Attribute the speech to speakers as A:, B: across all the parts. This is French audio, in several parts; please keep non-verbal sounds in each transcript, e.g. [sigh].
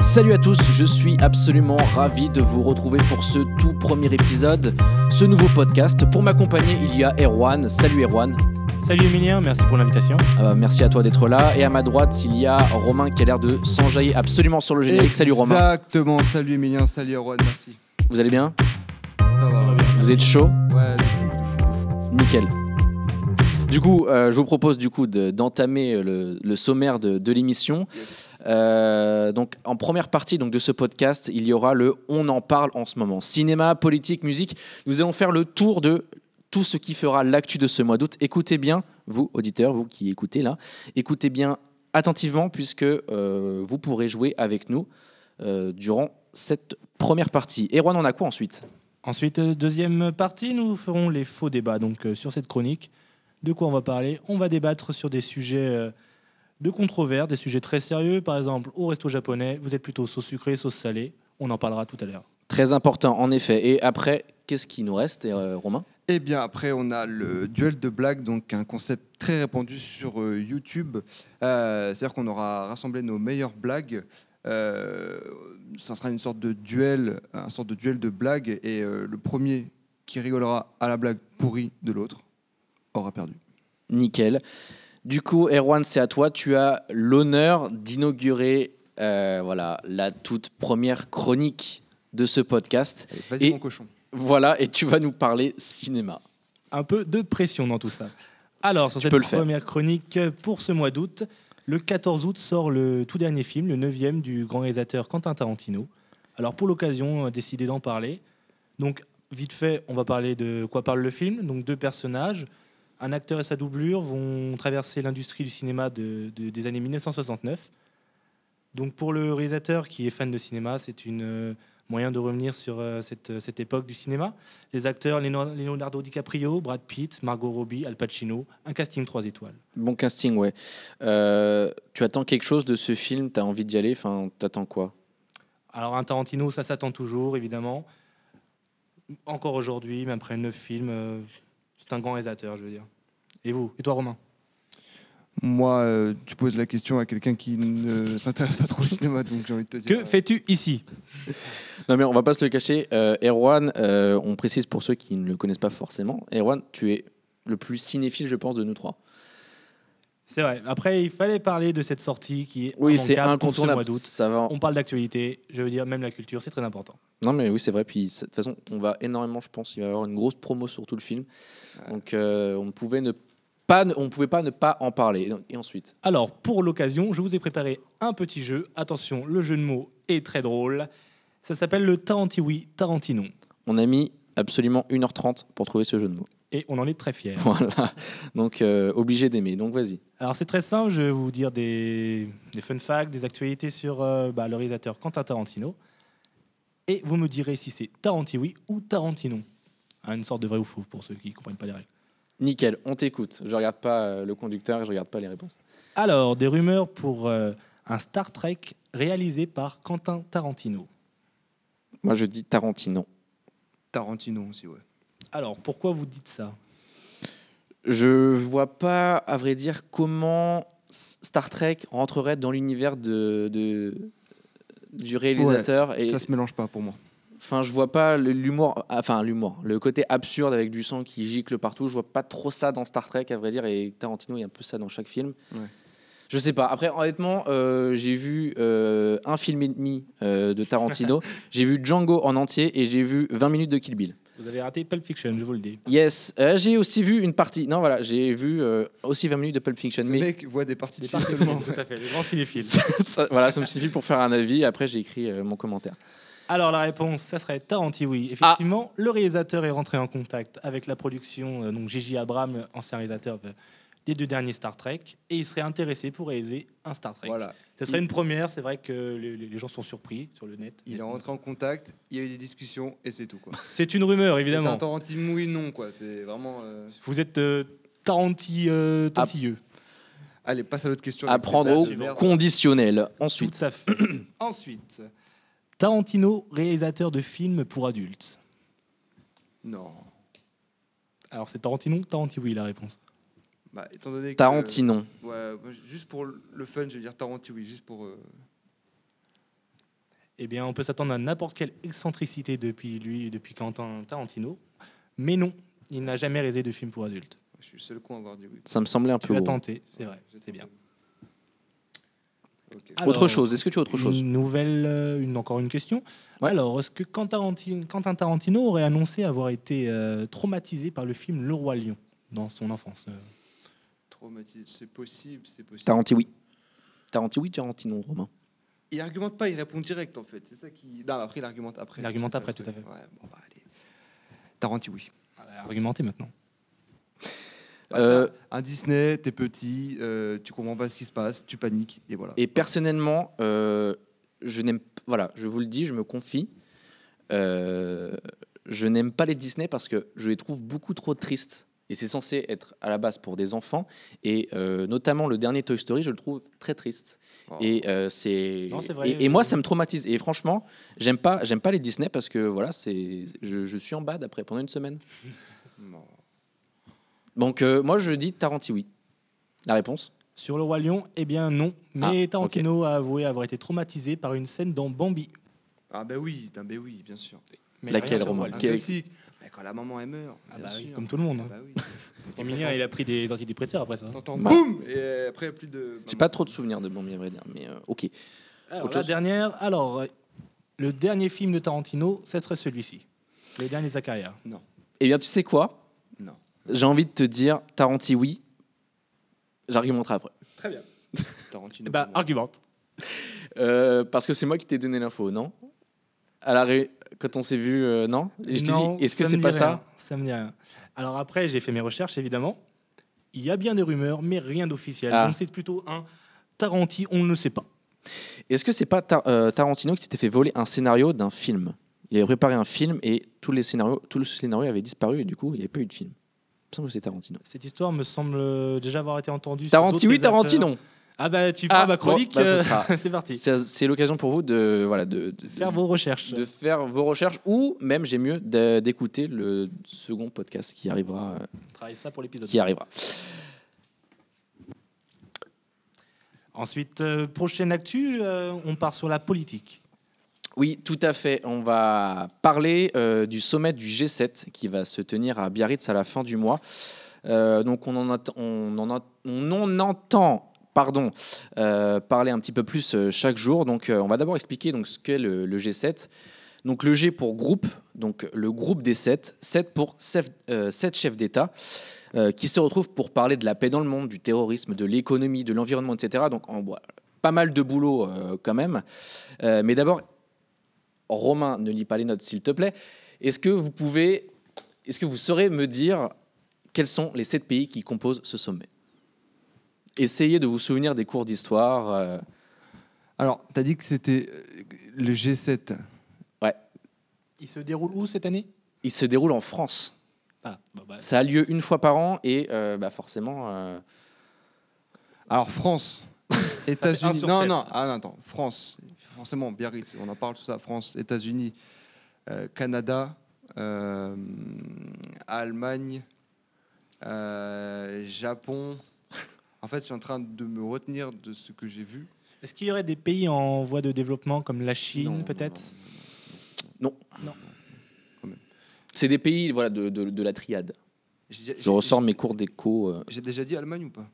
A: Salut à tous, je suis absolument ravi de vous retrouver pour ce tout premier épisode, ce nouveau podcast. Pour m'accompagner, il y a Erwan. Salut Erwan.
B: Salut Emilien, merci pour l'invitation.
A: Euh, merci à toi d'être là. Et à ma droite, il y a Romain qui a l'air de s'enjailler absolument sur le générique. Salut Romain.
C: Exactement, salut Emilien, salut Erwan, merci.
A: Vous allez bien
C: Ça va.
A: Vous êtes chaud
C: Ouais, de fou, de fou, de fou.
A: Nickel. Du coup, euh, je vous propose du coup de- d'entamer euh, le, le sommaire de, de l'émission. Euh, donc, en première partie donc, de ce podcast, il y aura le On en parle en ce moment. Cinéma, politique, musique. Nous allons faire le tour de tout ce qui fera l'actu de ce mois d'août. Écoutez bien, vous auditeurs, vous qui écoutez là, écoutez bien attentivement puisque euh, vous pourrez jouer avec nous euh, durant cette première partie. Et Erwan, on a quoi ensuite
B: Ensuite, euh, deuxième partie, nous ferons les faux débats. Donc, euh, sur cette chronique, de quoi on va parler On va débattre sur des sujets euh, de controverse, des sujets très sérieux. Par exemple, au resto japonais, vous êtes plutôt sauce sucrée, sauce salée. On en parlera tout à l'heure.
A: Très important, en effet. Et après, qu'est-ce qui nous reste, euh, Romain
C: Et Eh bien après, on a le duel de blagues, donc un concept très répandu sur euh, YouTube. Euh, C'est-à-dire qu'on aura rassemblé nos meilleures blagues. Euh, ça sera une sorte de duel, un sorte de duel de blagues, et euh, le premier qui rigolera à la blague pourrie de l'autre aura perdu.
A: Nickel. Du coup, Erwan, c'est à toi. Tu as l'honneur d'inaugurer euh, voilà, la toute première chronique de ce podcast.
C: Allez, Vas-y
A: Et-
C: mon cochon.
A: Voilà, et tu vas nous parler cinéma.
B: un peu de pression dans tout ça. Alors, sur cette
A: peux le faire.
B: première chronique pour ce mois d'août, le 14 août sort le tout dernier film, le 9e du grand réalisateur Quentin Tarantino. Alors, pour l'occasion, on a décidé d'en parler. Donc, vite fait, on va parler de quoi parle le film. Donc, deux personnages, un acteur et sa doublure vont traverser l'industrie du cinéma de- de- des années 1969. Donc, pour le réalisateur qui est fan de cinéma, c'est une euh, moyen de revenir sur euh, cette, cette époque du cinéma. Les acteurs Léno- Leonardo DiCaprio, Brad Pitt, Margot Robbie, Al Pacino, un casting 3 étoiles.
A: Bon casting, ouais. Euh, tu attends quelque chose de ce film Tu as envie d'y aller Enfin, t'attends quoi
B: Alors un Tarantino, ça s'attend toujours, évidemment. Encore aujourd'hui, même après 9 films, euh, c'est un grand réalisateur, je veux dire. Et vous Et toi, Romain
C: Moi, euh, tu poses la question à quelqu'un qui ne s'intéresse pas trop au cinéma, donc j'ai envie de te dire. euh,
B: Que fais-tu ici
A: Non, mais on va pas se le cacher. Euh, Erwan, euh, on précise pour ceux qui ne le connaissent pas forcément, Erwan, tu es le plus cinéphile, je pense, de nous trois.
B: C'est vrai. Après, il fallait parler de cette sortie qui est
A: Oui, c'est
B: immanquable pour ce mois
A: incontournable.
B: d'août.
A: Ça va.
B: On parle d'actualité, je veux dire, même la culture, c'est très important.
A: Non, mais oui, c'est vrai. Puis de toute façon, on va énormément, je pense, il va y avoir une grosse promo sur tout le film. Donc, euh, on pouvait ne pas, ne- on pouvait pas ne pas en parler. Et, donc- et ensuite,
B: Alors, pour l'occasion, je vous ai préparé un petit jeu. Attention, le jeu de mots est très drôle. Ça s'appelle le Tarantiwi Tarantino.
A: on a mis absolument 1h30 pour trouver ce jeu de mots. [laughs]
B: Et on en est très fiers.
A: Voilà. Donc, euh, obligé d'aimer. Donc, vas-y.
B: Alors, c'est très simple, je vais vous dire des, des fun facts, des actualités sur euh, bah, le réalisateur Quentin Tarantino. Et vous me direz si c'est Tarantiwi ou Tarantino. Hein, une sorte de vrai ou faux pour ceux qui ne comprennent pas les règles.
A: Nickel, on t'écoute. Je regarde pas euh, le conducteur et je regarde pas les réponses.
B: Alors, des rumeurs pour euh, un Star Trek réalisé par Quentin Tarantino.
A: Moi, je dis Tarantino.
C: Tarantino aussi, ouais.
B: Alors, pourquoi vous dites ça
A: Je vois pas, à vrai dire, comment S- Star Trek rentrerait dans l'univers de, de- du réalisateur. et
C: Ça se mélange pas pour moi.
A: Enfin, je vois pas le- l'humour, enfin l'humour, le côté absurde avec du sang qui gicle partout. Je vois pas trop ça dans Star Trek, à vrai dire, et Tarantino, il y a un peu ça dans chaque film.
C: Ouais.
A: Je sais pas. Après, honnêtement, euh, j'ai vu euh, un film et demi euh, de
C: [laughs]
A: Tarantino. j'ai vu Django en entier et j'ai vu 20 minutes de Kill Bill.
B: Vous avez raté Pulp Fiction, je vous le dis.
A: Yes, Euh, j'ai aussi vu une partie. Non, voilà, j'ai vu euh, aussi 20 minutes de Pulp Fiction.
C: Ce
A: mais
C: mec voit des parties de
B: Des
C: films
B: parties [laughs]
C: seulement.
B: Tout à fait, les grands
A: [laughs]
B: cinéphiles.
A: ça- voilà, ça me suffit pour faire un avis. Après, j'ai écrit euh, mon commentaire.
B: Alors la réponse, ça serait Tarantino.
C: Ah.
B: Effectivement, le réalisateur est rentré en contact avec la production, euh, donc Gigi Abrams, ancien réalisateur de- des deux derniers Star Trek, et il serait intéressé pour réaliser un Star Trek.
C: Voilà.
B: Ça serait une première, c'est vrai que le- les gens sont surpris sur le net.
C: Il est rentré en contact, il y a eu des discussions et c'est tout quoi.
B: C'est une rumeur,
C: C'est
B: évidemment.
C: un Tarantino oui non quoi, c'est vraiment. euh,
B: Vous êtes euh, Taranti, euh, tantilleux.
C: Ah, Allez passe à l'autre question.
A: À prendre
B: de
A: au
B: merde.
A: conditionnel. Ensuite,
B: Tout à fait. Ensuite, Tarantino, réalisateur de films pour adultes.
C: Non.
B: Alors c'est Tarantino ou Tarantino Oui, la réponse.
C: Bah, étant donné que- euh,
A: Tarantino.
C: Ouais, moi, juste pour le fun, je vais dire Tarantino, oui, juste pour. euh,
B: Eh bien, on peut s'attendre à n'importe quelle excentricité depuis lui, depuis Quentin Tarantino. Mais non, il n'a jamais réalisé de film pour adultes.
C: je suis le seul con à avoir dit oui.
A: Ça me semblait un
B: Tu
A: peu.
B: as
A: gros.
B: tenté, c'est vrai, c'est bien.
C: Ok.
B: Ah,
A: Autre
B: Alors,
A: chose, est-ce que tu as autre chose
B: Une nouvelle, euh, une, encore une question.
A: Ouais.
B: Alors, est-ce que Quentin Tarantino, Quentin Tarantino aurait annoncé avoir été euh, traumatisé par le film Le Roi Lion dans son enfance euh,
C: Traumatisé, c'est possible, c'est possible.
A: Tarantino, oui. Tarantino, oui, Tarantino, Romain.
C: Il argumente pas, il répond direct en fait. C'est ça qui. Non, après il argumente après.
B: Il argumente
C: C'est ça,
B: après,
C: le
B: tout à
C: truc. Ouais, bon bah allez. Tarantino, oui.
B: Argumenté maintenant.
C: Ah,
A: Euh,
C: ça, Un Disney, t'es petit, euh, tu comprends pas ce qui se passe, tu paniques et voilà.
A: Et personnellement, euh, je n'aime voilà, je vous le dis, je me confie. Euh, je n'aime pas les Disney parce que je les trouve beaucoup trop tristes. Et c'est censé être à la base pour des enfants. Et euh, notamment le dernier Toy Story, je le trouve très triste.
C: Oh.
A: Et euh, c'est
B: Non, c'est vrai,
A: et, et moi,
B: euh,
A: ça me traumatise. Et franchement, j'aime pas, j'aime pas les Disney parce que voilà, c'est je, je suis en bad après pendant une semaine.
C: Non.
A: Donc euh, moi, je dis Tarantino. oui. La réponse.
B: Sur Le Roi Lion, eh bien non.
A: Ah,
B: Mais Tarantino a avoué avoir été traumatisé par une scène dans Bambi.
C: Ah bah oui, d'un bah oui, bien sûr.
B: Mais
A: Laquelle,
B: rien sur
A: Romain
B: Le Roi
C: Un
A: Quel-
C: classique. Bah, quand la maman elle meurt.
B: Ah
C: bien
B: bah oui,
C: sûr.
B: comme tout le monde,
C: Ah
B: hein.
C: bah oui.
B: Lion. Emilien, il a pris des antidépresseurs après ça.
C: T'entends
A: Bah.
C: boum et après plus de.
A: J'ai pas trop de souvenirs de Bambi, à vrai dire. Mais euh, ok.
B: Alors,
A: Autre
B: la
A: chose
B: dernière, alors, euh, le dernier film de Tarantino, ce serait celui-ci. Les derniers de sa carrière.
A: Eh bien, tu sais quoi
C: Non.
A: J'ai envie de te dire Tarantino, oui. J'argumenterai après.
C: Tarantino.
B: Eh ben,
C: pour moi.
B: argumente.
A: Euh, parce que c'est moi qui t'ai donné l'info, non À la ré- Quand on s'est vu, euh, non Et je t'ai
B: Non,
A: dit, est-ce que
B: ça
A: c'est
B: me
A: pas
B: dit rien,
A: ça
B: Ça me dit rien. Alors après, j'ai fait mes recherches, évidemment. Il y a bien des rumeurs, mais rien d'officiel.
A: Ah.
B: Donc c'est plutôt un Tarantino, on ne le sait pas.
A: Est-ce que c'est pas Tar- euh, Tarantino qui s'était fait voler un scénario d'un film Il avait préparé un film et tous les scénarios, tout le scénario avait disparu et du coup, il n'y avait pas eu de film. Il me semble que c'est Tarantino.
B: Cette histoire me semble déjà avoir été entendue. sur d'autres
A: Tarantino, oui,
B: réalisateurs.
A: Tarantino
B: Ah bah tu prends
A: Ah,
B: ma
A: bon,
B: chronique,
A: bah, ça
B: euh,
A: sera-
B: [laughs] c'est parti.
A: C'est c'est l'occasion pour vous de, voilà, de, de-
B: Faire vos recherches.
A: de faire vos recherches ou même, j'ai mieux, de- d'écouter le second podcast qui arrivera. euh,
B: Travaille ça pour l'épisode.
A: qui arrivera.
B: Ensuite, euh, prochaine actu, euh, on part sur la politique.
A: Oui, tout à fait. On va parler euh, du sommet du G7 qui va se tenir à Biarritz à la fin du mois. Euh, donc on en, att- on en a- on en entend pardon, euh, parler un petit peu plus euh, chaque jour. Donc euh, on va d'abord expliquer donc, ce qu'est le, le G7. Donc le G pour groupe, donc le groupe des 7, 7 pour 7, chefs d'État euh, qui se retrouvent pour parler de la paix dans le monde, du terrorisme, de l'économie, de l'environnement, etc. Donc en, bois pas mal de boulot euh, quand même. Euh, mais d'abord, Romain, ne lis pas les notes, s'il te plaît. Est-ce que vous pouvez, est-ce que vous saurez me dire quels sont les sept pays qui composent ce sommet Essayez de vous souvenir des cours d'histoire. euh,
C: Alors, t'as dit que c'était euh, le G7.
B: Il se déroule où cette année
A: il se déroule en France.
B: Ah, bah, bah,
A: Ça a lieu une fois par an et euh, bah forcément. euh,
C: Alors France,
B: un
C: États-Unis.
B: sur
C: Non,
B: sept.
C: non, ah, non, attends. France, forcément, Biarritz, on en parle tout ça. France, États-Unis, euh, Canada, euh, Allemagne, euh, Japon. En fait, je suis en train de me retenir de ce que j'ai vu.
B: Est-ce qu'il y aurait des pays en voie de développement comme la
C: Non, non,
B: Chine peut-être
A: c'est des pays voilà de, de- de la triade.
C: J'ai déjà-
A: Je
C: j'ai-
A: ressors
C: j'ai-
A: mes cours d'éco. euh.
C: J'ai déjà dit Allemagne ou pas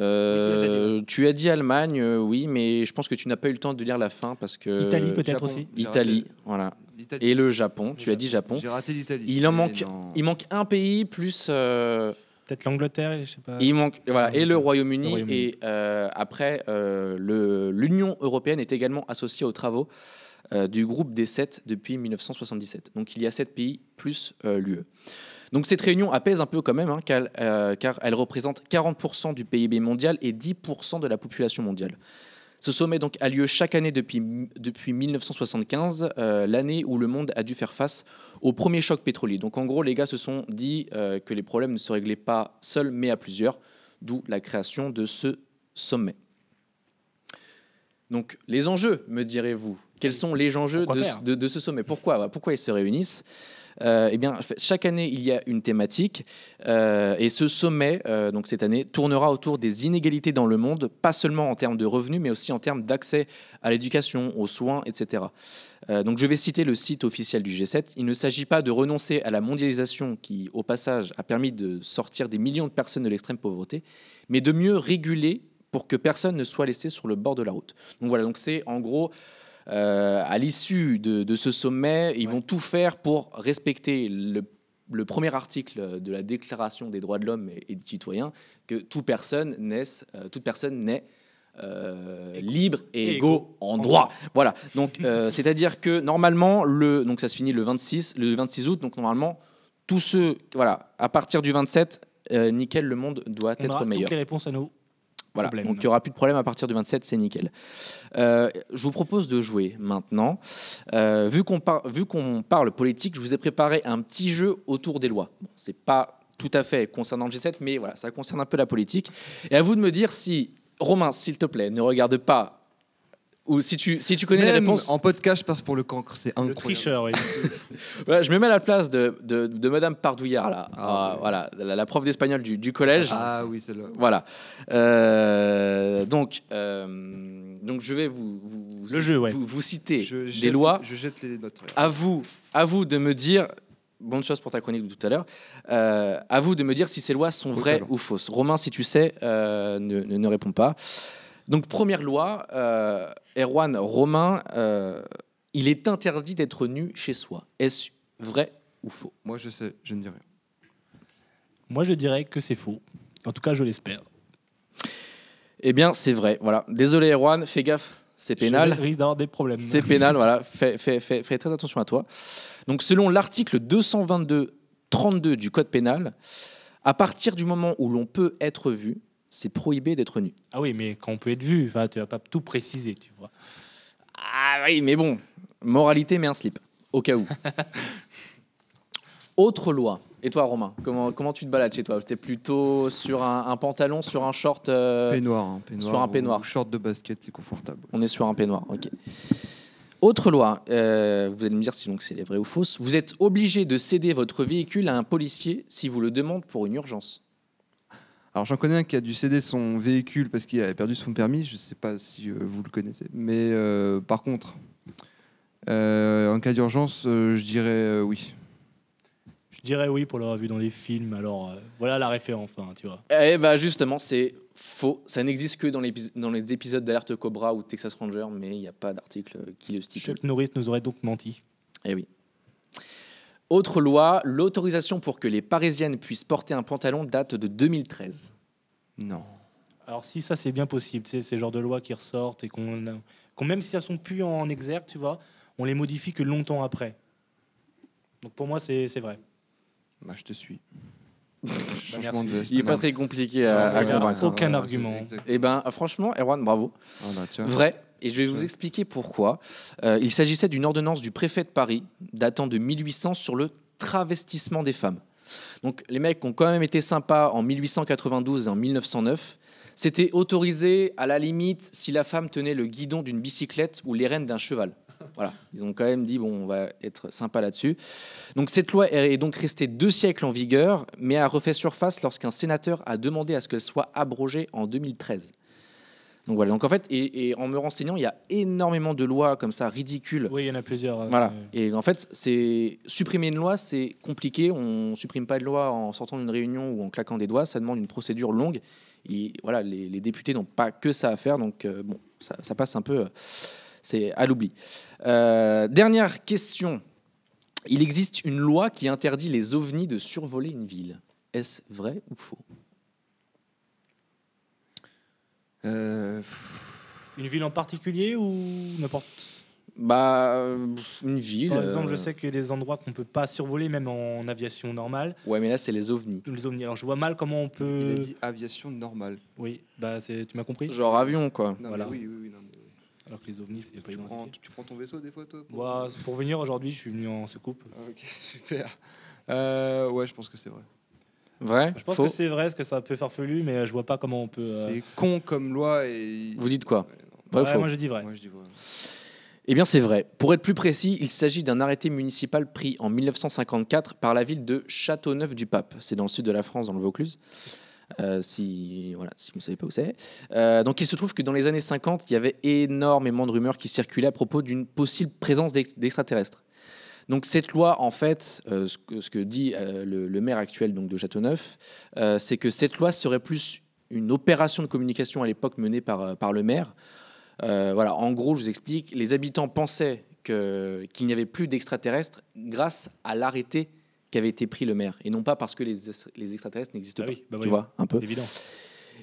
A: Euh, tu as dit Allemagne, euh, oui, mais je pense que tu n'as pas eu le temps de lire la fin parce que
B: Italie peut-être
C: Japon.
B: aussi.
C: J'ai
A: Italie,
C: raté-
A: voilà.
C: l'Italie.
A: Et le Japon. Tu as dit Japon.
C: J'ai raté l'Italie.
A: Il en
C: Eh
A: manque-
C: non.
A: Il manque un pays plus. euh,
B: Peut-être l'Angleterre, je sais pas.
A: et il manque voilà et le
B: Le
A: Royaume-Uni
B: Royaume-Uni.
A: et euh, après euh, le- l'Union européenne est également associée aux travaux euh, du groupe des sept depuis 1977. Donc il y a sept pays plus euh, l'UE. Donc cette réunion apaise un peu quand même, hein, car, euh, car elle représente 40% du PIB mondial et 10% de la population mondiale. Ce sommet donc a lieu chaque année depuis, depuis 1975, euh, l'année où le monde a dû faire face au premier choc pétrolier. Donc en gros, les gars se sont dit euh, que les problèmes ne se réglaient pas seuls, mais à plusieurs, d'où la création de ce sommet. Donc, les enjeux, me direz-vous. Quels sont les enjeux
B: Pourquoi
A: de,
B: faire
A: de- de ce sommet Pourquoi bah, Pourquoi ils se réunissent Euh, eh bien, f- chaque année, il y a une thématique euh, et ce sommet, euh, donc cette année, tournera autour des inégalités dans le monde, pas seulement en termes de revenus, mais aussi en termes d'accès à l'éducation, aux soins, etc. Euh, donc je vais citer le site officiel du G7. Il ne s'agit pas de renoncer à la mondialisation qui, au passage, a permis de sortir des millions de personnes de l'extrême pauvreté, mais de mieux réguler pour que personne ne soit laissé sur le bord de la route. Donc voilà, donc c'est en gros, euh, à l'issue de, de ce sommet, ils
B: Ouais.
A: vont tout faire pour respecter le, le premier article de la Déclaration des droits de l'homme et, et du citoyen, que toute personne naisse, euh, toute personne naît euh, libre et,
B: Et
A: égaux
B: égaux
A: en droit. Voilà. Donc, euh, [laughs] c'est-à-dire que normalement, le, donc ça se finit le 26, le 26 août. Donc, normalement, tous ceux, voilà, à partir du 27, euh, nickel, le monde doit
B: On aura
A: être meilleur.
B: toutes les réponses à nos.
A: Voilà.
B: problèmes.
A: Donc, il n'y aura plus de problème à partir du 27, c'est nickel. Euh, je vous propose de jouer maintenant. Euh, vu qu'on par- vu qu'on parle politique, je vous ai préparé un petit jeu autour des lois. Bon, c'est pas tout à fait concernant le G7, mais voilà, ça concerne un peu la politique. Et à vous de me dire si Romain, s'il te plaît, ne regarde pas. Ou si tu, si tu connais les
C: Même
A: réponses.
C: En podcast, je passe pour le cancre, c'est
B: Le
C: incroyable.
B: tricheur, oui.
A: Voilà, je me mets à la place de, de, de Madame Pardouillard, là,
C: Ah
A: Euh,
C: ouais.
A: voilà, la, la prof d'espagnol du, du collège.
C: Ah oui, celle-là.
A: Voilà. Euh, donc, euh, donc, je vais vous, vous, vous-
B: Le jeu, ouais.
A: vous, vous citer
C: Je
A: des
C: jette-
A: lois.
C: Je jette les notes.
A: À vous, à vous de me dire, bonne chose pour ta chronique de tout à l'heure, euh, à vous de me dire si ces lois sont
C: Au
A: vraies
C: talent.
A: ou fausses. Romain, si tu sais, euh, ne, ne, ne réponds pas. Donc, première loi, euh, Erwan, Romain, euh, il est interdit d'être nu chez soi. Est-ce vrai ou faux
C: Moi, je sais, je ne dis rien.
B: Moi, je dirais que c'est faux. En tout cas, je l'espère.
A: Eh bien, c'est vrai. Voilà. Désolé, Erwan, fais gaffe, c'est pénal.
B: Je risque d'avoir des problèmes.
A: C'est pénal, voilà. Fais, fais- fais- fais très attention à toi. Donc, selon l'article 222-32 du Code pénal, à partir du moment où l'on peut être vu, c'est prohibé d'être nu.
B: Ah oui, mais quand on peut être vu, enfin, tu vas pas tout préciser, tu vois.
A: Ah oui, mais bon, moralité, mais un slip, au cas où. Autre loi. Et toi, Romain, comment, comment tu te balades chez toi T'es plutôt sur un, un pantalon, sur un short euh,
C: Peignoir, hein, peignoir.
A: sur un
C: ou-
A: peignoir.
C: ou short de basket, c'est confortable.
A: On est sur un peignoir, ok. Autre loi, euh, vous allez me dire si donc c'est vrai ou fausse. Vous êtes obligé de céder votre véhicule à un policier si vous le demande pour une urgence.
C: Alors j'en connais un qui a dû céder son véhicule parce qu'il avait perdu son permis. Je ne sais pas si euh, vous le connaissez, mais euh, par contre, euh, en cas d'urgence, euh, je dirais euh, oui.
B: Je dirais oui pour l'avoir vu dans les films. Alors, euh, voilà la référence, hein, tu vois.
A: Eh bah justement, c'est faux. Ça n'existe que dans, l'épis- dans les épisodes d'Alerte Cobra ou Texas Ranger, mais il n'y a pas d'article qui le stipule.
B: Chuck Norris nous aurait donc menti.
A: Eh oui. Autre loi, l'autorisation pour que les Parisiennes puissent porter un pantalon date de 2013.
C: Non.
B: Alors, si ça, c'est bien possible, tu sais, ces genres de lois qui ressortent et qu'on, qu'on- même si elles sont plus en exergue, tu vois, on les modifie que longtemps après. Donc, pour moi, c'est, c'est vrai.
C: Bah, je te suis.
B: merci.
C: [laughs] Changement de veste.
A: Bah, Il n'est pas
C: Non.
A: très compliqué à,
B: Non,
A: à
B: il y a
A: convaincre.
B: aucun
C: c'est
B: argument.
C: exact.
A: Eh ben, franchement, Erwan, bravo.
C: Voilà, tiens.
A: Vrai. Et je vais vous
C: Ouais.
A: expliquer pourquoi. Euh, il s'agissait d'une ordonnance du préfet de Paris datant de 1800 sur le travestissement des femmes. Donc les mecs ont quand même été sympas en 1892 et en 1909. C'était autorisé à la limite si la femme tenait le guidon d'une bicyclette ou les rênes d'un cheval. Voilà, ils ont quand même dit bon, on va être sympa là-dessus. Donc cette loi est donc restée deux siècles en vigueur, mais a refait surface lorsqu'un sénateur a demandé à ce qu'elle soit abrogée en 2013. Donc voilà. Donc en fait, et, et en me renseignant, il y a énormément de lois comme ça ridicules.
B: Oui, il y en a plusieurs. euh,
A: Voilà.
B: euh,
A: Et en fait, c'est supprimer une loi, c'est compliqué. On supprime pas de loi en sortant d'une réunion ou en claquant des doigts. Ça demande une procédure longue. Et voilà, les, les députés n'ont pas que ça à faire. Donc euh, bon, ça, ça passe un peu. euh, c'est à l'oubli. Euh, dernière question. Il existe une loi qui interdit les ovnis de survoler une ville. Est-ce vrai ou faux
C: Euh, pff,
B: Une ville en particulier ou n'importe
A: Bah, euh, une ville.
B: Par exemple, je
A: euh,
B: sais qu'il y a des endroits qu'on peut pas survoler, même en aviation normale.
A: Ouais, mais là, c'est les ovnis.
B: Les ovnis. Alors, je vois mal comment on
A: Euh,
B: peut.
C: Il a dit aviation normale.
B: Oui, bah, c'est... tu m'as compris
A: Genre avion, quoi.
C: Non,
B: Voilà.
C: mais oui, oui, oui, non, mais
A: Bah,
C: oui.
B: Alors que les ovnis, c'est pas
C: Tu, prends,
B: identifié.
C: tu, tu prends ton vaisseau des fois, toi pour-
B: Moi, pour venir aujourd'hui, je suis venu en soucoupe.
C: Ah, Ok, [laughs] super. Euh, ouais, je pense que c'est vrai.
A: Vrai
B: Je pense
A: Faux
B: que c'est vrai, parce que c'est un peu farfelu, mais je vois pas comment on peut. euh,
C: C'est con comme loi et.
A: Vous dites quoi
C: Ouais, non,
A: Vrai ou
B: Ouais,
A: faux
B: moi, je dis vrai.
C: Moi, je dis ouais.
A: Eh bien, c'est vrai. Pour être plus précis, il s'agit d'un arrêté municipal pris en 1954 par la ville de Châteauneuf-du-Pape. C'est dans le sud de la France, dans le Vaucluse. Euh, si, voilà, si vous ne savez pas où c'est. Euh, donc, il se trouve que dans les années 50, il y avait énormément de rumeurs qui circulaient à propos d'une possible présence d'ex- d'extraterrestres. Donc, cette loi, en fait, euh, ce, que, ce que dit euh, le, le maire actuel donc, de Châteauneuf, euh, c'est que cette loi serait plus une opération de communication à l'époque menée par, euh, par le maire euh, voilà, en gros, je vous explique, les habitants pensaient que- qu'il n'y avait plus d'extraterrestres grâce à l'arrêté qu'avait été pris le maire, et non pas parce que les, les extraterrestres n'existent
B: Ah
A: pas.
B: oui, bah
A: tu
B: voyons.
A: vois, un peu.
B: Évident.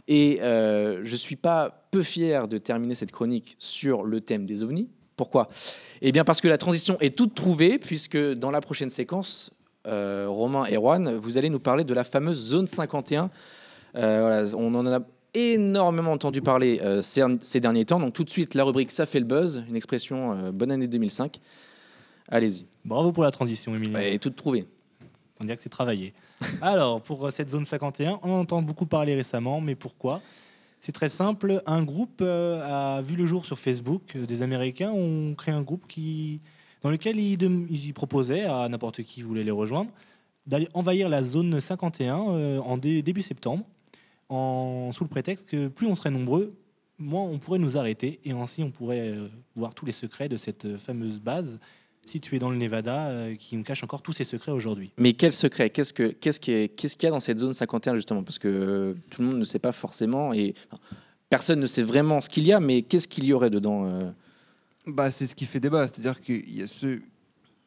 A: Et euh, je suis pas peu fier de terminer cette chronique sur le thème des ovnis. Pourquoi Eh bien parce que la transition est toute trouvée, puisque dans la prochaine séquence, euh, Romain et Juan, vous allez nous parler de la fameuse zone 51. Euh, voilà, on en a énormément entendu parler euh, ces, ces derniers temps. Donc tout de suite, la rubrique Ça fait le buzz, une expression euh, bonne année 2005. Allez-y,
B: Bravo pour la transition, Émilie.
A: elle est toute trouvée.
B: On dirait que c'est travaillé. [laughs] Alors, pour euh, cette zone 51, on en entend beaucoup parler récemment, mais pourquoi C'est très simple. Un groupe euh, a vu le jour sur Facebook. euh, Des Américains ont créé un groupe qui, dans lequel ils, dem- ils proposaient à n'importe qui voulait les rejoindre d'aller envahir la zone 51 euh, en dé- début septembre, en, sous le prétexte que plus on serait nombreux, moins on pourrait nous arrêter et ainsi on pourrait euh, voir tous les secrets de cette euh, fameuse base située dans le Nevada euh, qui nous cache encore tous ses secrets aujourd'hui.
A: Mais quel secret Qu'est-ce que- qu'est-ce qui est- qu'est-ce qu'il y a dans cette zone 51 justement Parce que euh, tout le monde ne sait pas forcément et enfin, personne ne sait vraiment ce qu'il y a. Mais qu'est-ce qu'il y aurait dedans euh
C: Bah, c'est ce qui fait débat, c'est-à-dire qu'il y a ceux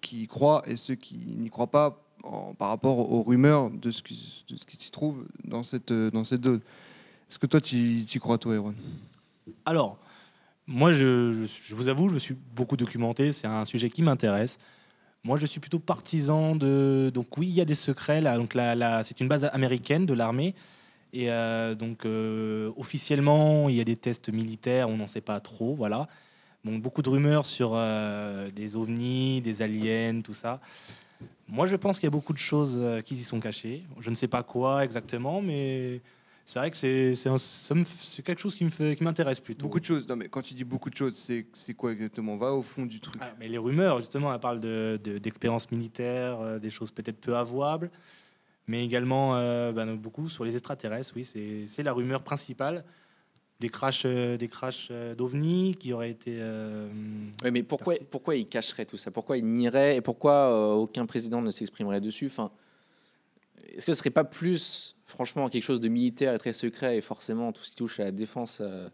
C: qui y croient et ceux qui n'y croient pas en- par rapport aux rumeurs de ce qui, de ce qui s'y trouve dans cette, euh, dans cette zone. Est-ce que toi, tu tu y crois, toi, Erwan
B: Alors, moi, je, je- je vous avoue, je me suis beaucoup documenté. C'est un sujet qui m'intéresse. Moi, je suis plutôt partisan de. Donc, oui, il y a des secrets. Là. Donc, la- la- c'est une base américaine de l'armée. Et euh, donc, euh, officiellement, il y a des tests militaires. On n'en sait pas trop. Voilà. Bon, beaucoup de rumeurs sur euh, des ovnis, des aliens, tout ça. Moi, je pense qu'il y a beaucoup de choses euh, qui s'y sont cachées. Je ne sais pas quoi exactement, mais c'est vrai que c'est, c'est, un- ça me f- c'est quelque chose qui, me fait, qui m'intéresse plutôt.
C: Beaucoup de choses. Non, mais quand tu dis beaucoup de choses, c'est, c'est quoi exactement Va au fond du truc.
B: Ah, mais les rumeurs, justement, elles parlent de, de- d'expériences militaires, euh, des choses peut-être peu avouables, mais également euh, ben, beaucoup sur les extraterrestres. Oui, c'est, c'est la rumeur principale des crashs, euh, des crashs euh, d'ovnis qui auraient été. euh,
A: Ouais, mais pourquoi,
B: Merci.
A: pourquoi il cacherait tout ça Pourquoi il nierait et pourquoi euh, aucun président ne s'exprimerait dessus enfin, Est-ce que ce serait pas plus, franchement, quelque chose de militaire et très secret et forcément tout ce qui touche à la défense, euh,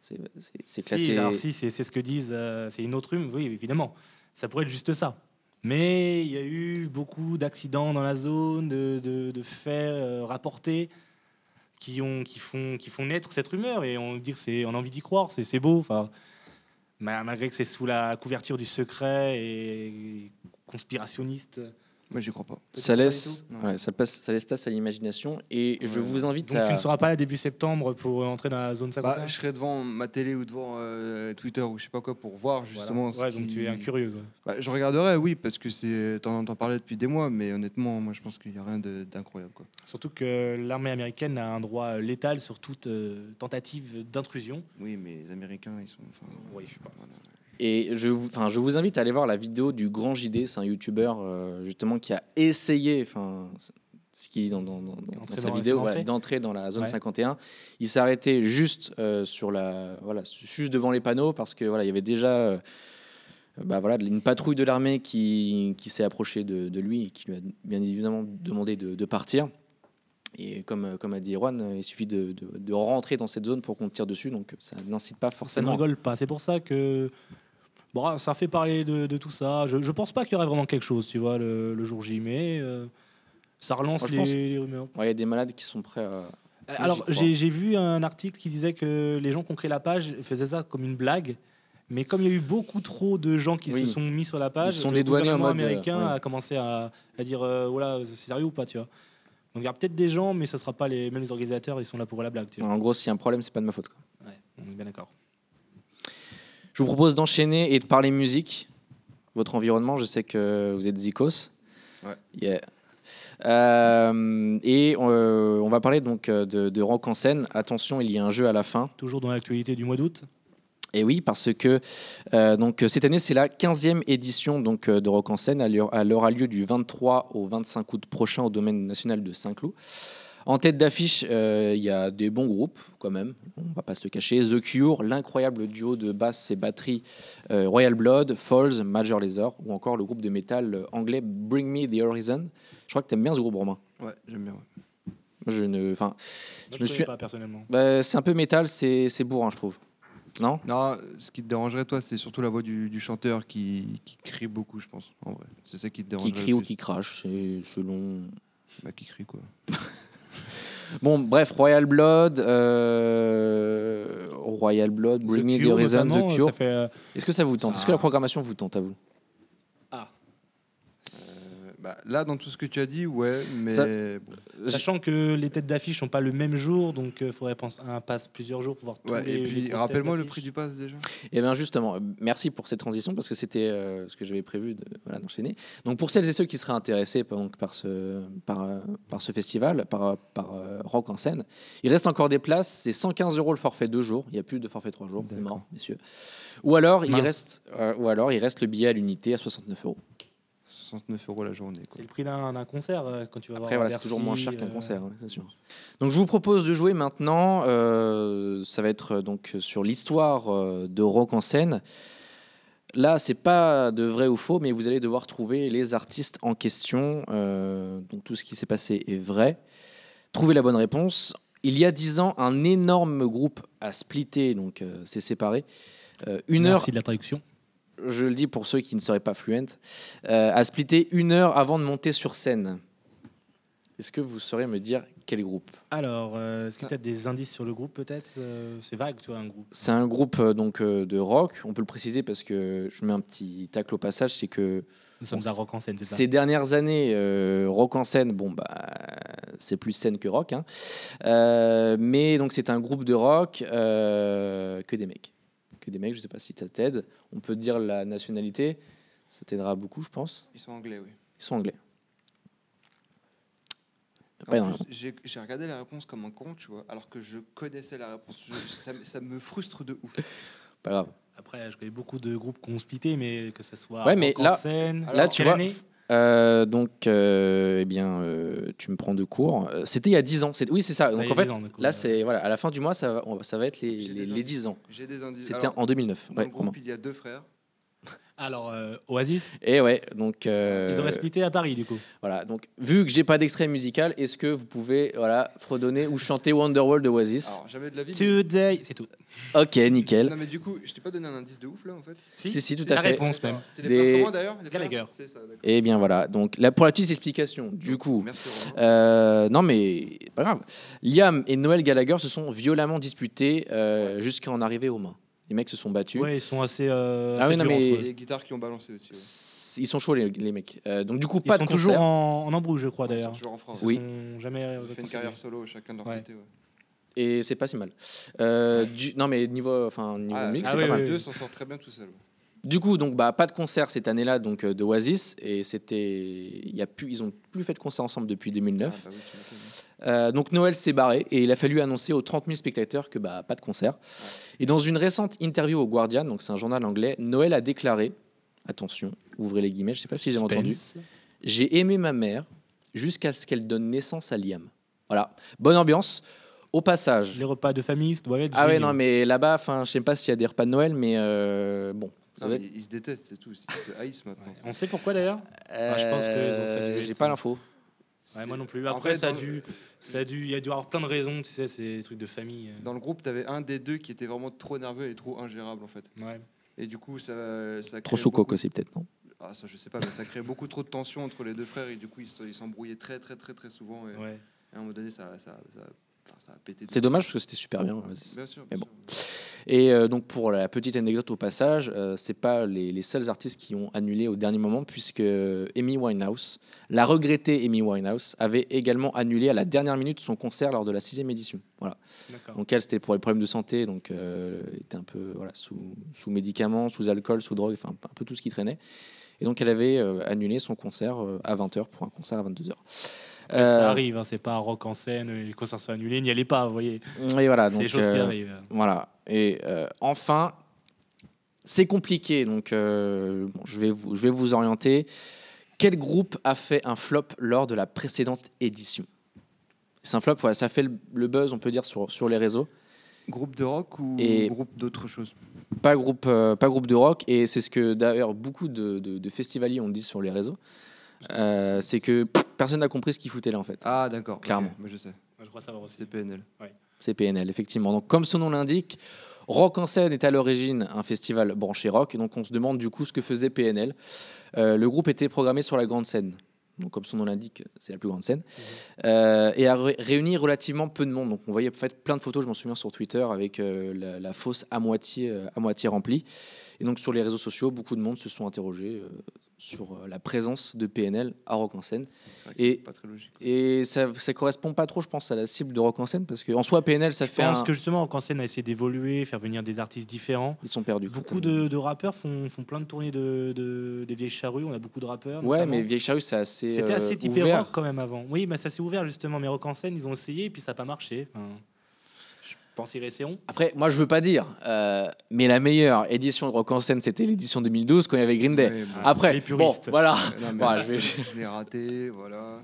A: c'est- c'est c'est
B: Si,
A: classé.
B: alors si, c'est, c'est ce que disent. euh, c'est une autre rumeur, oui, évidemment. Ça pourrait être juste ça. Mais il y a eu beaucoup d'accidents dans la zone, de, de- de faits euh, rapportés qui, ont, qui, font, qui font naître cette rumeur. Et on, dit que c'est, on a envie d'y croire, c'est, c'est beau. Enfin, ma- malgré que c'est sous la couverture du secret et conspirationniste.
C: Moi, j'y crois pas.
A: ça
B: pas du
A: laisse,
C: tout.
A: ouais, ça, passe, ça laisse place à l'imagination et je
C: Ouais.
A: vous invite
B: Donc
A: à.
B: tu ne seras pas là début septembre pour entrer dans la zone 51
C: Bah, je serais devant ma télé ou devant euh, Twitter ou je sais pas quoi pour voir
B: Voilà.
C: justement. ce
B: Ouais, donc
C: qui-
B: tu es un curieux. quoi.
C: Bah, je regarderai, oui, parce que c'est t'en entends parler depuis des mois, mais honnêtement, moi, je pense qu'il n'y a rien de- d'incroyable. Quoi.
B: Surtout que l'armée américaine a un droit létal sur toute euh, tentative d'intrusion.
C: Oui, mais les Américains, ils sont. enfin,
B: Oui, je pense.
C: voilà.
A: Et je vous, enfin, je vous invite à aller voir la vidéo du grand JD, c'est un youtubeur euh, justement qui a essayé, enfin, c- ce qu'il dit dans, dans- dans- dans
B: D'entrer
A: sa
B: dans la
A: vidéo,
B: zone
A: voilà,
B: d'entrée.
A: d'entrer dans la zone
B: Ouais.
A: 51. Il s'est arrêté juste euh, sur la, voilà, juste devant les panneaux parce que voilà, il y avait déjà, euh, bah, voilà, une patrouille de l'armée qui, qui s'est approchée de, de lui et qui lui a bien évidemment demandé de, de partir. Et comme, euh, comme a dit Erwan, il suffit de, de- de rentrer dans cette zone pour qu'on tire dessus, donc ça n'incite pas
B: Ça ne
A: forcément.
B: rigole pas. C'est pour ça que bon, ah, ça fait parler de, de tout ça. Je, je pense pas qu'il y aurait vraiment quelque chose, tu vois, le, le jour J, mais euh, ça relance
A: Moi, je
B: les,
A: pense-
B: les rumeurs.
A: Ouais, Il y a des malades qui sont prêts à,
B: Euh,
A: j'y
B: Alors,
A: crois.
B: j'ai j'ai vu un article qui disait que les gens qui ont créé la page faisaient ça comme une blague. Mais comme il y a eu beaucoup trop de gens qui
A: Oui.
B: se sont mis sur la page,
A: Ils se sont
B: le
A: dédouanés en
B: gouvernement
A: mode, euh,
B: américain
A: oui.
B: a commencé à, à dire euh, voilà, c'est sérieux ou pas, tu vois. Donc il y a peut-être des gens, mais ce sera pas les mêmes les organisateurs, ils sont là pour la blague, tu vois.
A: En gros, s'il y a un problème, c'est pas de ma faute. quoi.
B: Ouais, on est bien d'accord.
A: Je vous propose d'enchaîner et de parler musique. Votre environnement, je sais que vous êtes Zikos.
C: Ouais.
A: Yeah. Euh, et euh, on va parler donc euh, de, de rock en scène. Attention, il y a un jeu à la fin.
B: Toujours dans l'actualité du mois d'août.
A: Et oui, parce que euh, donc, cette année, c'est la 15e édition donc, euh, de Rock en scène. Elle, elle aura lieu du 23 au 25 août prochain au domaine national de Saint-Cloud. En tête d'affiche, euh, il y a des bons groupes quand même, on va pas se le cacher. The Cure, l'incroyable duo de basse et batterie euh, Royal Blood, Falls, Major Lazer, ou encore le groupe de métal anglais Bring Me the Horizon. Je crois que tu aimes bien ce groupe, Romain.
C: Ouais, j'aime bien. ouais.
A: Je ne, enfin,
B: Moi,
A: je me
B: connais
A: suis.
B: pas personnellement.
A: Bah, c'est un peu métal, c'est c'est bourrin, je trouve. Non
C: Non, ce qui te dérangerait, toi, c'est surtout la voix du, du chanteur qui, qui crie beaucoup, je pense. En vrai, c'est ça qui te dérangerait.
A: Qui
C: le
A: crie ou
C: plus.
A: qui crache, c'est selon.
C: Bah, qui crie quoi.
A: Bon, bref, Royal Blood, euh, Royal Blood, Bring Me the
B: Cure,
A: Horizon,
B: notamment,
A: The
B: ça
A: Cure.
B: fait, Ah. euh,
A: Est-ce que ça vous tente Est-ce que la programmation vous tente à vous
C: Euh, bah, là, dans tout ce que tu as dit, ouais, mais
A: Ça-
C: bon.
B: Sachant que les têtes d'affiche sont pas le même jour, donc il faudrait penser à un pass plusieurs jours pour voir tous
C: ouais.
B: les-
C: Et
B: les grosses
C: puis,
B: têtes
C: rappelle-moi le
B: d'affiche.
C: prix du pass déjà.
A: Eh bien justement, euh, merci pour cette transition parce que c'était euh, ce que j'avais prévu de- voilà, d'enchaîner. Donc pour celles et ceux qui seraient intéressés par, donc, par, ce, par, euh, par ce festival, par, euh, par euh, Rock en scène, il reste encore des places. C'est 115 euros le forfait deux jours. Il n'y a plus de forfait trois jours. C'est mort, messieurs. Ou alors, il
B: Mince.
A: reste, euh, ou alors il reste le billet à l'unité à 69 euros.
C: 69 euros la journée. Quoi.
B: C'est le prix d'un d'un concert euh, quand tu vas voir.
A: Après, voilà, c'est
B: Bercy,
A: toujours moins cher qu'un
B: euh,
A: concert, hein, c'est sûr. Donc, je vous propose de jouer maintenant. euh, ça va être euh, donc sur l'histoire euh, de rock en scène. Là, c'est pas de vrai ou faux, mais vous allez devoir trouver les artistes en question. euh, donc, tout ce qui s'est passé est vrai. Trouvez la bonne réponse. Il y a dix ans, un énorme groupe a splitté, donc euh, s'est séparé. Euh, une heure
B: Merci de la traduction.
A: je le dis pour ceux qui ne seraient pas fluentes, euh, à splitter une heure avant de monter sur scène. Est-ce que vous saurez me dire quel groupe
B: Alors, euh, est-ce que tu as des indices sur le groupe peut-être Euh, C'est vague, tu vois, un groupe.
A: C'est un groupe euh, donc euh, de rock. On peut le préciser parce que je mets un petit tacle au passage, c'est que
B: Nous sommes
A: On
B: à
A: s-
B: rock en scène, c'est ça
A: ces dernières années, euh, rock en scène, bon bah c'est plus scène que rock, hein. Euh, mais donc c'est un groupe de rock euh, que des mecs, que des mecs. Je sais pas si ça t'aide. On peut dire la nationalité, ça t'aidera beaucoup, je pense.
C: Ils sont anglais, oui.
A: Ils sont anglais.
C: En
A: Pas énormément.
C: plus, J'ai j'ai regardé la réponse comme un con, tu vois, alors que je connaissais la réponse. Je- ça, me- ça me frustre de ouf.
A: Pas grave.
B: Après, je connais beaucoup de groupes qui ont splitté, mais que ce soit
A: Ouais,
B: rock
A: mais
B: en
A: là-
B: scène.
C: là,
B: Alors,
A: tu
B: quelle
A: vois,
B: année
A: Euh, donc, euh, eh bien, euh, tu me prends de court. Euh, C'était il y a 10 ans. C'est- Oui, c'est ça.
B: Ah, il
A: Donc,
B: y a
A: en fait,
B: 10 ans, du coup,
A: là,
B: ouais.
A: c'est voilà, à la fin du mois, ça va, on va- ça va être les,
C: J'ai
A: les-
C: des
A: les
C: indices.
A: 10 ans.
C: J'ai des indices.
A: C'était
C: Alors,
A: en 2009.
C: dans
A: Ouais,
C: le groupe,
A: vraiment.
C: il y a deux frères.
B: Alors, euh, Oasis
A: Et ouais, donc, euh,
B: Ils auraient splitté à Paris, du coup.
A: voilà. Donc, vu que j'ai pas d'extrait musical, est-ce que vous pouvez voilà, fredonner ou chanter Wonderwall de Oasis
C: Alors, jamais de la vie. mais-
B: Today, c'est tout.
A: Ok, nickel.
C: Non, mais du coup, je t'ai pas donné un indice de ouf, là, en fait.
A: Si, si, tout
B: c'est
A: à
B: la
A: fait.
B: réponse même.
C: C'est les
A: Des-
C: frères comment, d'ailleurs Les frères
B: Gallagher.
C: C'est ça, d'accord.
A: Et bien voilà. Donc, là, pour la petite explication, du coup,
C: Merci, Romain.
A: Euh, non, mais pas grave. Liam et Noël Gallagher se sont violemment disputés euh, jusqu'à en arriver aux mains. Les mecs se sont battus.
B: Ouais, ils sont assez. euh,
A: Ah oui,
B: assez
A: non,
B: durs
A: mais-
B: entre eux.
C: Et les guitares qui ont balancé aussi. ouais.
A: S- Ils sont chauds, les, les mecs. Euh, donc, du coup,
B: Ils
A: pas de
B: sont
A: concert.
B: toujours en, en embrouille, je crois,
C: Ils sont
B: d'ailleurs.
C: Toujours en France.
A: Oui.
B: Ils sont jamais. euh,
C: Ils ont fait une
B: réconciliés.
C: carrière solo, chacun de leur
B: Ouais.
C: côté. ouais.
A: Et c'est pas si mal. Euh, du- non, mais niveau, enfin, niveau
C: Ah,
A: mix,
B: ah
A: c'est
B: oui,
A: pas mal.
B: oui,
C: Les
B: oui.
C: deux s'en sortent très bien tout seuls.
A: Du coup, donc, bah, pas de concert cette année-là donc euh, de Oasis. Et c'était. il Y a plus, ils ont plus fait de concert ensemble depuis 2009.
C: Ah, bah oui, tu m'étonnes.
A: Euh, donc Noël s'est barré et il a fallu annoncer aux 30 000 spectateurs que bah, pas de concert. Et dans une récente interview au Guardian, donc c'est un journal anglais, Noël a déclaré, attention, ouvrez les guillemets, je sais pas si j'ai entendu,
B: Spence.
A: j'ai aimé ma mère jusqu'à ce qu'elle donne naissance à Liam. Voilà, bonne ambiance. Au passage,
B: Les repas de famille ça doit être.
A: ah ouais
B: géniaux.
A: non mais là-bas, enfin je sais pas s'il y a des repas de Noël, mais euh, bon. ça
C: Non,
A: doit
C: mais Ils se détestent, c'est tout. Ils se haïssent maintenant.
B: Ouais. On sait pourquoi d'ailleurs
A: être-
B: Ah, je pense que ça a dû
A: Euh,
B: être
A: j'ai
B: ça.
A: pas l'info.
B: Ouais, Moi
C: C'est-
B: non plus.
C: En
B: Après,
C: fait,
B: ça, a
C: dans-
B: dû, ça a dû. Il y a dû avoir plein de raisons, tu sais, c'est des trucs de famille. euh.
C: Dans le groupe, t'avais un des deux qui était vraiment trop nerveux et trop ingérable en fait.
B: Ouais.
C: Et du coup, ça, ça
A: Trop
C: créait
A: sous coque
C: beaucoup-
A: aussi peut-être non.
C: Ah, ça, je sais pas, mais ça créait beaucoup trop de tension entre les deux frères et du coup, ils se- ils s'embrouillaient très, très, très, très souvent. Et,
B: ouais.
C: et à un moment donné, ça, ça, ça, enfin, ça a pété.
A: C'est dommage parce que c'était super bien. Oasis.
C: Bien sûr.
A: Mais
C: bien
A: bon.
C: sûr.
A: Et euh, donc pour la petite anecdote au passage, euh, c'est pas les, les seuls artistes qui ont annulé au dernier moment puisque Amy Winehouse, la regrettée Amy Winehouse, avait également annulé à la dernière minute son concert lors de la sixième édition. Voilà.
B: D'accord.
A: Donc elle c'était pour les problèmes de santé, donc euh, elle était un peu voilà sous, sous médicaments, sous alcool, sous drogue, enfin un peu tout ce qui traînait. Et donc elle avait euh, annulé son concert euh, à 20h pour un concert à Euh, 22h.
B: Après, Ça arrive, hein, c'est pas un rock en scène, euh, les concerts sont annulés, n'y allez pas, vous voyez.
A: et voilà
B: C'est
A: Ah, donc
B: les choses qui
A: euh,
B: arrivent.
A: Voilà. Et euh, enfin, C'est compliqué, donc euh, bon, je, vais vous, je vais vous orienter. Quel groupe a fait un flop lors de la précédente édition C'est un flop, voilà, ça fait le, le buzz, on peut dire, sur, sur les réseaux.
C: Groupe de rock ou
A: Et-
C: groupe d'autre chose
A: Pas groupe, euh, pas groupe de rock, et c'est ce que d'ailleurs beaucoup de, de- de festivaliers ont dit sur les réseaux. Euh, c'est que pff, personne n'a compris ce qu'ils foutaient là en fait.
C: Ah, d'accord. ok,
A: Clairement.
C: moi, je sais.
B: Je crois savoir aussi.
C: C'est PNL.
A: C'est PNL, effectivement. Donc, comme son nom l'indique, Rock en scène est à l'origine un festival branché rock. Et donc, on se demande du coup ce que faisait PNL. Euh, le groupe était programmé sur la grande scène. Donc, comme son nom l'indique, c'est la plus grande scène.
B: Mmh.
A: Euh, et a ré- réuni relativement peu de monde. Donc, on voyait en fait plein de photos, je m'en souviens, sur Twitter avec euh, la, la fosse à moitié, euh, à moitié remplie. Et donc, sur les réseaux sociaux, beaucoup de monde se sont interrogés euh, sur euh, la présence de PNL à Rock en scène.
C: C'est vrai que
A: Et-
C: c'est pas très logique.
A: Et ça, ça correspond pas trop, je pense, à la cible de Rock en scène. Parce qu'en soi, PNL, ça
B: Je
A: fait
B: pense
A: un...
B: que justement, quand scène a essayé d'évoluer, faire venir des artistes différents.
A: Ils sont perdus.
B: Beaucoup
A: totalement.
B: de, de rappeurs font, font plein de tournées de, de- des vieilles charrues. On a beaucoup de rappeurs.
A: Ouais,
B: notamment.
A: mais Vieille Charrue, c'est assez.
B: C'était
A: euh,
B: assez typé
A: ouvert.
B: rock quand même avant. Oui, mais ça s'est ouvert justement. Mais rock en scène, ils ont essayé et puis ça n'a pas marché. Enfin, je pense qu'ils réessaieront.
A: Après, moi, je veux pas dire, euh, mais la meilleure édition de Rock en scène, c'était l'édition 2012 quand il y avait Green Day.
C: Ouais, bon.
A: Après,
B: Les
A: bon,
B: puristes.
A: voilà,
C: Non, mais
A: Voilà, Ah. je vais-
C: [laughs] je l'ai raté, voilà.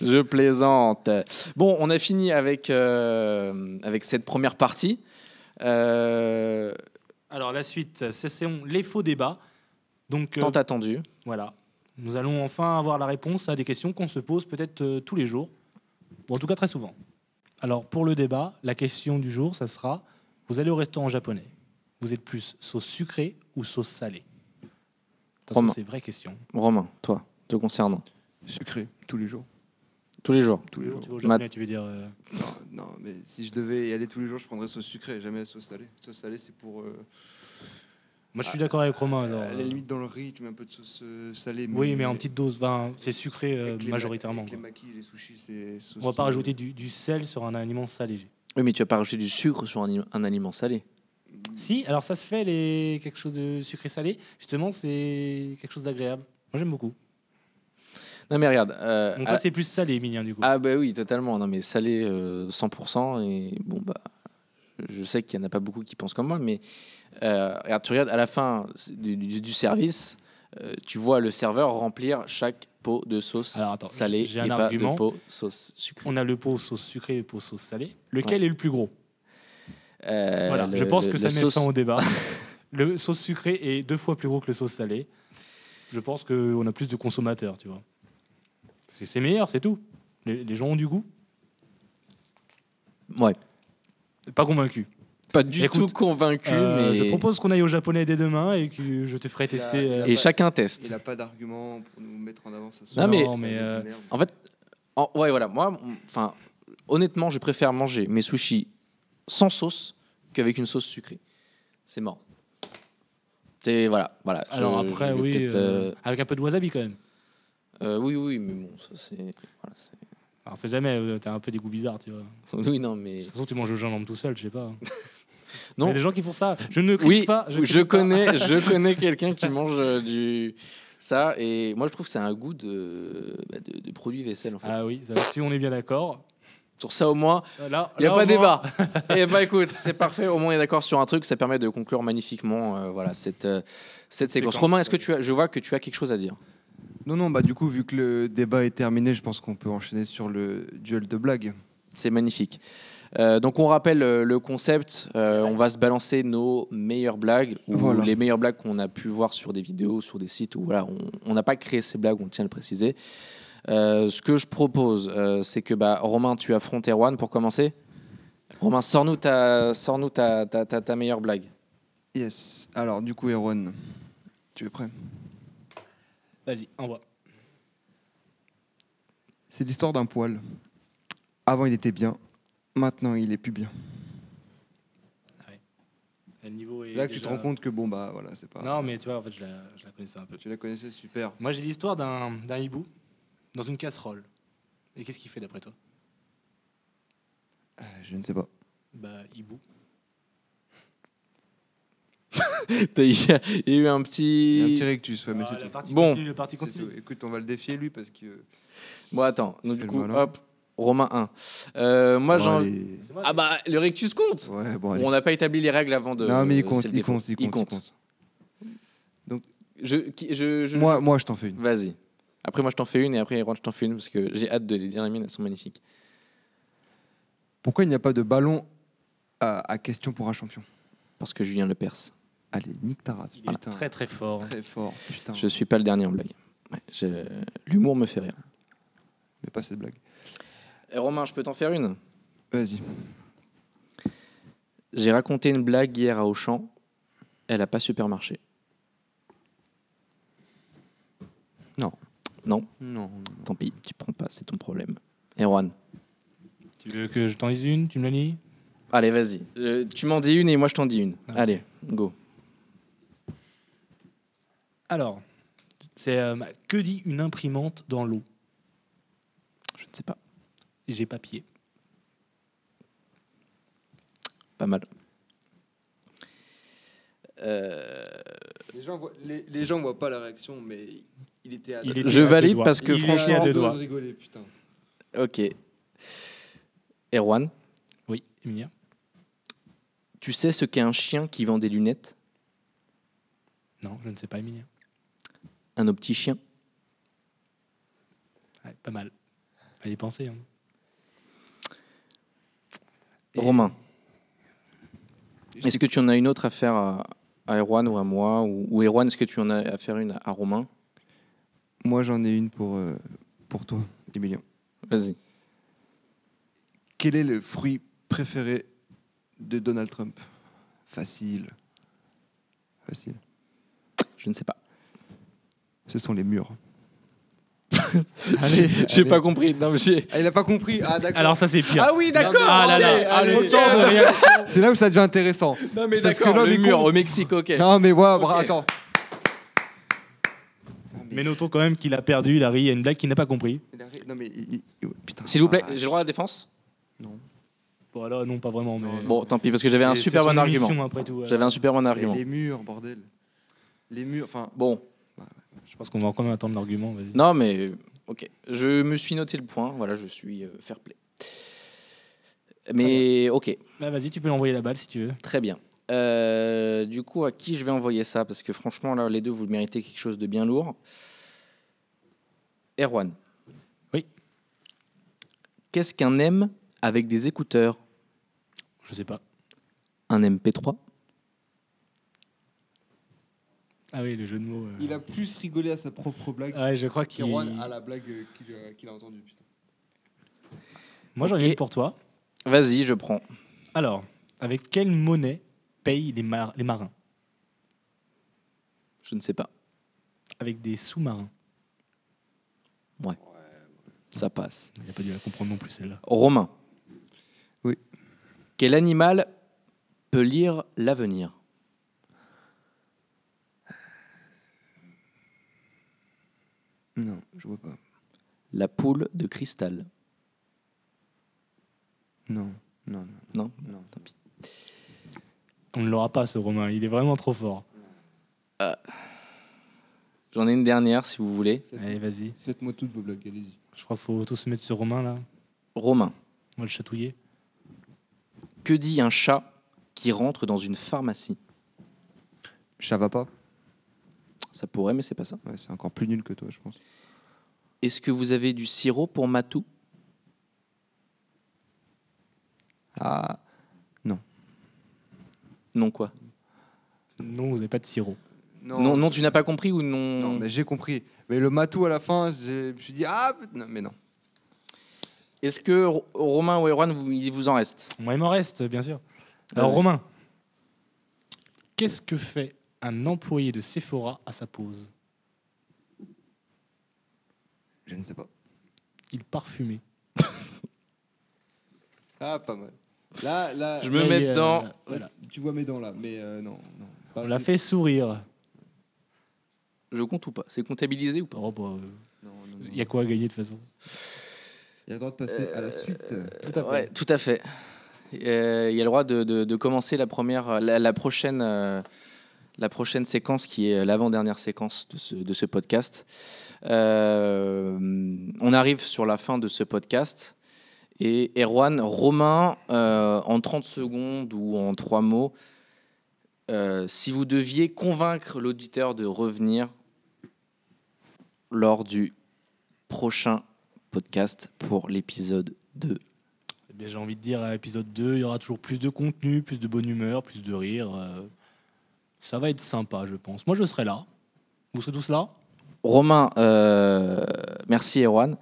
A: je plaisante. Bon, on a fini avec, euh, avec cette première partie. Euh,
B: Alors la suite, ce sont les faux débats. Donc euh,
A: Tant attendu.
B: voilà, nous allons enfin avoir la réponse à des questions qu'on se pose peut-être euh, tous les jours, ou en tout cas très souvent. Alors pour le débat, la question du jour, ça sera vous allez au restaurant japonais, vous êtes plus sauce sucrée ou sauce salée Attention,
A: Romain.
B: c'est une vraie question.
A: Romain, toi, te concernant,
C: Sucré, tous les jours.
A: tous les jours.
C: Tous les jours.
B: tu vas au
A: Mat-
B: japonais, tu veux dire euh,
C: Non, non, mais si je devais y aller tous les jours, je prendrais sauce sucrée, jamais la sauce salée. Sauce salée, c'est pour. euh,
B: Moi, je suis d'accord avec Romain. alors,
C: Ah, à la
B: euh,
C: limite, dans le riz, tu mets un peu de sauce euh, salée.
B: oui, mais en petite dose, enfin, c'est sucré euh,
C: Avec les ma-
B: majoritairement.
C: avec
B: quoi.
C: les maquis, les sushis, c'est sauce. euh,
B: On va pas
C: salée.
B: rajouter du, du sel sur un aliment salé.
A: Oui, mais tu vas pas rajouter du sucre sur un, anim- un aliment salé.
B: Si, alors ça se fait, les... quelque chose de sucré-salé. Justement, c'est quelque chose d'agréable. Moi, j'aime beaucoup.
A: Non, mais regarde. euh,
B: Donc
A: à-
B: là, c'est plus salé, Emilien, du coup.
A: Ah bah oui, totalement. Non mais salé euh, 100% et bon bah je sais qu'il y en a pas beaucoup qui pensent comme moi, mais euh, regarde, tu regardes à la fin c'est du, du- du service, euh, tu vois le serveur remplir chaque pot de sauce
B: Alors attends,
A: salée
B: j'ai
A: et
B: un
A: pas
B: argument.
A: de pot sauce sucrée.
B: On a le pot sauce sucrée et le pot sauce salée. Lequel est le plus gros
A: Euh,
B: Voilà,
A: le-
B: je pense
A: le-
B: que
A: la
B: ça met
A: sauce-
B: fin
A: [laughs]
B: au débat. le sauce sucrée est deux fois plus gros que le sauce salée. Je pense qu'on a plus de consommateurs, tu vois. C'est c'est meilleur, c'est tout. Les, les gens ont du goût.
A: Ouais,
B: Pas convaincu.
A: pas du
B: Écoute,
A: tout convaincu,
B: Euh,
A: mais
B: Je propose qu'on aille au japonais dès demain et que je te ferai
C: Il a-
B: tester.
C: il a
B: euh,
A: et
C: pas-
A: chacun
C: Il
A: teste.
C: n'a pas d'argument pour nous mettre en avant sa sauce.
A: Non, mais-
B: Non, mais, euh,
A: En fait, en- ouais voilà, moi, m- enfin honnêtement, je préfère manger mes sushis sans sauce qu'avec une sauce sucrée. C'est mort. C'est voilà, voilà. je-
B: Alors
A: je
B: après,
A: vais
B: oui,
A: peut-être,
B: euh,
A: euh,
B: avec un peu de wasabi quand même.
A: euh, oui, oui, mais bon, ça c'est. voilà, c'est- [laughs]
B: Alors c'est jamais, euh, t'as un peu des goûts bizarres, tu vois. De
A: oui, non, mais
B: toute façon, tu manges le gingembre tout seul, je sais pas. hein.
A: Non.
B: Il y a des gens qui font ça. Je ne critique
A: oui,
B: pas.
A: je,
B: critique pas. [laughs]
A: connais, je connais quelqu'un qui mange euh, du ça et moi je trouve que c'est un goût de, bah, de, de produit vaisselle en fait.
B: Ah oui, ça, si on est bien d'accord. Euh,
A: Sur ça au moins,
B: Là,
A: il y a
B: là,
A: pas
B: au moins,
A: débat. [laughs] et bah écoute, c'est parfait. Au moins on est d'accord sur un truc, ça permet de conclure magnifiquement, euh, voilà cette euh, cette séquence.
B: Séquence,
A: Romain, est-ce que tu as, je vois que tu as quelque chose à dire.
C: Non, non, bah du coup, vu que le débat est terminé, je pense qu'on peut enchaîner sur le duel de blagues.
A: C'est magnifique. Euh, donc on rappelle euh, le concept, euh, on va se balancer nos meilleures blagues ou
C: Voilà.
A: les meilleures blagues qu'on a pu voir sur des vidéos, sur des sites où voilà, on- on n'a pas créé ces blagues, on tient à le préciser. Euh, ce que je propose, euh, c'est que bah, Romain, tu affrontes Erwan pour commencer. Romain, sors-nous ta, sors-nous ta, ta, ta- ta meilleure blague.
C: Yes. Alors, du coup, Erwan, tu es prêt
B: Vas-y, envoie.
C: C'est l'histoire d'un poil. Avant, il était bien. Maintenant, il est plus bien.
B: Le niveau est
C: Là, que tu te
B: déjà-
C: rends compte que bon, bah voilà, c'est pas.
B: Non, mais tu vois, en fait, je la, je la connaissais un peu.
C: Tu la connaissais super.
B: Moi, j'ai l'histoire d'un d'un hibou dans une casserole. Et qu'est-ce qu'il fait d'après toi
C: Euh, Je ne sais pas.
B: Bah, hibou.
A: [laughs] Il y a il y a eu un
C: Il y a un
A: petit...
C: petit rectus, ouais, mais
B: Ah,
C: c'est
B: la
C: tout.
B: partie
A: Bon.
B: continue, la partie
C: C'est tout.
B: continue.
C: Écoute, on va le défier lui parce que.
A: Bon, attends, donc,
C: Fais
A: du
C: le
A: coup,
C: malin.
A: hop, Romain 1. Euh, moi,
C: Bon,
A: j'en.
C: allez.
B: C'est moi,
A: Ah bah, le rectus compte
C: Ouais, bon, allez.
A: On n'a pas établi les règles avant de.
C: non, mais il
A: c'est
C: compte,
A: le
C: il
A: défaut.
C: compte, il compte, il compte.
A: Je, qui- je, je-
C: Moi, moi, je t'en fais une.
A: Vas-y. Après, moi, je t'en fais une et après, Erwan, je t'en fais une parce que j'ai hâte de les lire. Les miennes, elles sont magnifiques.
C: Pourquoi il n'y a pas de ballon à, à question pour un champion
A: Parce que Julien Le Perse.
C: Allez, nique ta race.
B: Il est
C: Putain,
B: très très fort.
C: très fort. Putain,
A: Je suis pas le dernier en blague. Ouais, je- L'humour me fait rire.
C: mais pas cette blague.
A: Eh, Romain, je peux t'en faire une
C: Vas-y.
A: J'ai raconté une blague hier à Auchan. Elle a pas supermarché.
C: Non.
A: Non,
C: Non.
A: tant pis, tu prends pas, c'est ton problème. Erwan,
B: Tu veux que je t'en dise une Tu me la lis
A: allez, vas-y. Euh, tu m'en dis une et moi, je t'en dis une. Allez, go.
B: Alors, c'est euh, que dit une imprimante dans l'eau
A: Je ne sais pas.
B: J'ai papier.
A: Pas mal. Euh,
C: Les gens, voient, les, les gens voient pas la réaction, mais il était à
B: Il
C: deux-
B: était
A: Je
B: à deux
A: valide
B: doigts.
A: parce que
B: Il était
A: franchement- euh,
B: à
C: hors
B: deux
C: de
B: doigts.
C: rigoler, putain.
A: ok. Erwan,
B: Oui, Emilia.
A: tu sais ce qu'est un chien qui vend des lunettes
B: Non, je ne sais pas, Emilia.
A: Un petit chien
B: Ouais, pas mal. Fallait y penser. hein. Et-
A: Romain, est-ce que tu en as une autre à faire à, à Erwan ou à moi Ou, ou Erwan, est-ce que tu en as à faire une à, à Romain
C: Moi, j'en ai une pour, euh, pour toi, Emilien.
A: Vas-y.
C: Quel est le fruit préféré de Donald Trump Facile. Facile.
A: Je ne sais pas.
C: Ce sont les murs.
A: J'ai
C: Allez,
A: [laughs] j'ai
C: allez.
A: pas compris. Non, mais j'ai-
C: Ah, il a pas compris. Ah, d'accord.
B: Alors ça c'est pire.
A: Ah oui, d'accord.
B: Ah là
A: ok,
B: là,
A: allez.
B: autant de réactions.
C: C'est là où ça devient intéressant.
A: Non, mais
C: C'est parce que
A: d'accord,
C: l'homme
A: le
C: est
A: mur
C: con.
A: au Mexique, ok.
C: Non, mais voilà, bra-
A: Ok.
C: attends.
B: Mais notons quand même qu'il a perdu, il a ri à une blague qu'il n'a pas compris.
C: Non, mais il- il- il- putain.
A: S'il vous plaît,
C: Ah,
A: j'ai le droit à la défense
B: Bon alors non pas vraiment mais
A: Bon, tant pis, parce que j'avais un
B: Et c'est
A: super
B: son
A: bon argument.
B: émission, après tout. euh,
A: J'avais un super bon
C: les-
A: argument.
C: Les murs, bordel. Les murs, enfin.
A: Bon,
B: Je pense qu'on va quand même attendre l'argument. vas-y.
A: non, mais ok. Je me suis noté le point. Voilà, je suis euh, fair play. Mais ok,
B: Bah, vas-y, tu peux l'envoyer la balle si tu veux.
A: Très bien. Euh, du coup, à qui je vais envoyer ça Parce que franchement, là, les deux, vous méritez quelque chose de bien lourd. Erwan.
B: Oui.
A: Qu'est-ce qu'un M avec des écouteurs
B: Je sais pas.
A: Un MP3
B: Ah oui, le jeu de mots. euh.
C: Il a plus rigolé à sa propre blague
B: Ah Ouais, je crois qu'il.
C: qu'Erwan à la blague euh, qu'il euh, qu'il a entendue. putain.
B: Moi j'en ai
A: Ok.
B: une pour toi.
A: Vas-y, je prends.
B: Alors, avec quelle monnaie payent les, mar- les marins
A: Je ne sais pas.
B: Avec des sous-marins.
A: Ça passe.
B: Il n'a pas dû la comprendre non plus celle-là.
A: Romain.
C: Oui.
A: Quel animal peut lire l'avenir
C: Non, je vois pas.
A: La poule de cristal.
C: Non, non, non.
A: Non
C: non.
B: On ne l'aura pas ce Romain, il est vraiment trop fort.
A: J'en ai une dernière, si vous voulez.
B: Allez, vas-y.
C: Faites-moi toutes vos blagues, allez-y.
B: Je crois qu'il faut tous se mettre sur Romain là.
A: Romain.
B: On va le chatouiller.
A: Que dit un chat qui rentre dans une pharmacie
C: Ça va pas
A: Ça pourrait, mais c'est pas ça.
C: Ouais, c'est encore plus nul que toi, je pense.
A: Est-ce que vous avez du sirop pour Matou
C: Ah,
A: Non quoi
B: Non, vous n'avez pas de sirop.
C: non.
A: non. non, tu n'as pas compris ou non,
C: Non, mais j'ai compris. Mais le matou à la fin, j'ai- je me suis dit, ah, peut- non, mais non.
A: Est-ce que Ro- Romain ou Erwan, vous- il vous en reste
B: Moi, il m'en reste, bien sûr. Alors,
A: Vas-y.
B: Romain, qu'est-ce que fait un employé de Sephora à sa pause
C: Je ne sais pas.
B: Il parfumait.
C: Ah, pas mal. Là, là,
A: Je me
B: Là,
A: mets
B: il, euh,
A: dedans.
B: voilà.
C: tu vois mes dents là, mais euh, non. non. Pas
B: On l'a
C: assez-
B: fait sourire.
A: Je compte ou pas C'est comptabilisé ou pas
B: Oh, bah,
C: Non, non, non.
B: Il
C: Il
B: y a quoi à gagner de toute façon
C: y a le droit de passer à la suite.
B: Tout à fait.
A: Ouais, tout à fait. Euh, Il y a le droit de, de- de commencer la première, la, la prochaine, euh, la prochaine séquence qui est l'avant-dernière séquence de ce, de ce podcast. Euh, on arrive sur la fin de ce podcast. Et Erwan, Romain, euh, en 30 secondes ou en trois mots, euh, si vous deviez convaincre l'auditeur de revenir lors du prochain podcast pour l'épisode 2.
B: Eh bien, j'ai envie de dire à épisode 2, il y aura toujours plus de contenu, plus de bonne humeur, plus de rire. euh, ça va être sympa, je pense. Moi, je serai là. Vous serez tous là
A: Romain, euh, merci Erwan.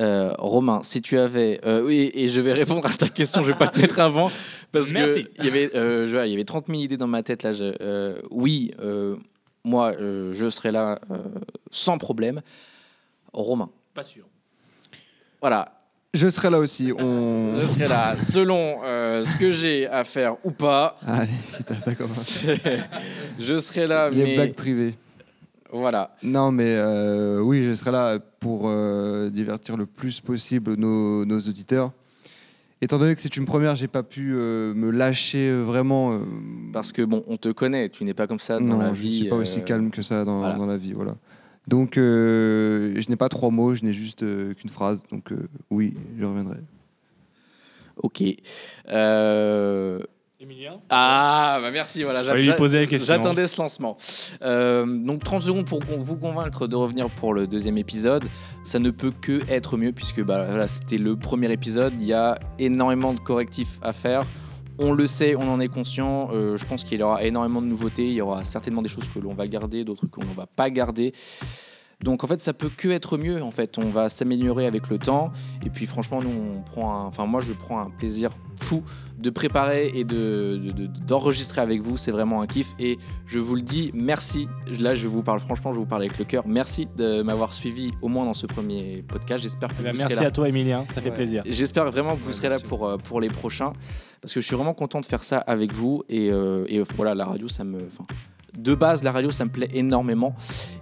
A: Euh, Romain, si tu avais. euh, oui, et je vais répondre à ta question, je vais pas te mettre avant. Parce
B: Merci.
A: que il y avait, euh, je- il y avait 30 000 idées dans ma tête. Là, je- euh, oui, euh, moi, euh, je serai là euh, sans problème. Romain,
B: Pas sûr.
A: voilà,
C: Je serai là aussi. On...
A: je serai là selon euh, ce que j'ai à faire ou pas.
C: [laughs] Allez, si t'as ça comme
A: [laughs]
C: ça.
A: C'est- je serai là,
C: Les
A: Ah, mais.
C: blagues privées.
A: Voilà.
C: Non, mais euh, oui, je serai là pour euh, divertir le plus possible nos, nos auditeurs. Étant donné que c'est une première, j'ai pas pu euh, me lâcher euh, vraiment. euh,
A: Parce que, bon, on te connaît, tu n'es pas comme ça dans
C: non,
A: la
C: je
A: vie.
C: suis pas aussi
A: euh,
C: calme que ça dans,
A: voilà.
C: dans la vie, voilà. Donc, euh, je n'ai pas trois mots, je n'ai juste euh, qu'une phrase. Donc, euh, oui, je reviendrai.
A: Ok. Euh,
B: Emilien
A: Ah, bah merci, voilà. j'a-
B: Fallait lui
A: j'a-
B: poser la question. hein.
A: J'attendais ce lancement. Euh, donc 30 secondes pour con- vous convaincre de revenir pour le deuxième épisode. Ça ne peut que être mieux puisque bah, voilà, c'était le premier épisode. Il y a énormément de correctifs à faire. On le sait, on en est conscient. Euh, je pense qu'il y aura énormément de nouveautés. Il y aura certainement des choses que l'on va garder, d'autres qu'on ne va pas garder. Donc en fait, ça peut que être mieux. En fait, on va s'améliorer avec le temps. Et puis franchement, nous, on prend un- enfin moi, je prends un plaisir fou de préparer et de- de- de- d'enregistrer avec vous. C'est vraiment un kiff. Et je vous le dis, merci. Là, je vous parle franchement, je vous parle avec le cœur. Merci de m'avoir suivi au moins dans ce premier podcast. J'espère que
B: Eh bien,
A: vous
B: merci
A: serez là.
B: à toi, Emilien. Ça fait
C: Ouais.
B: plaisir.
A: J'espère vraiment que vous
C: Ouais,
A: serez là
C: merci.
A: pour, euh, pour les prochains, parce que je suis vraiment content de faire ça avec vous. Et, euh, et, euh, voilà, la radio, ça me. enfin, De base, la radio, ça me plaît énormément.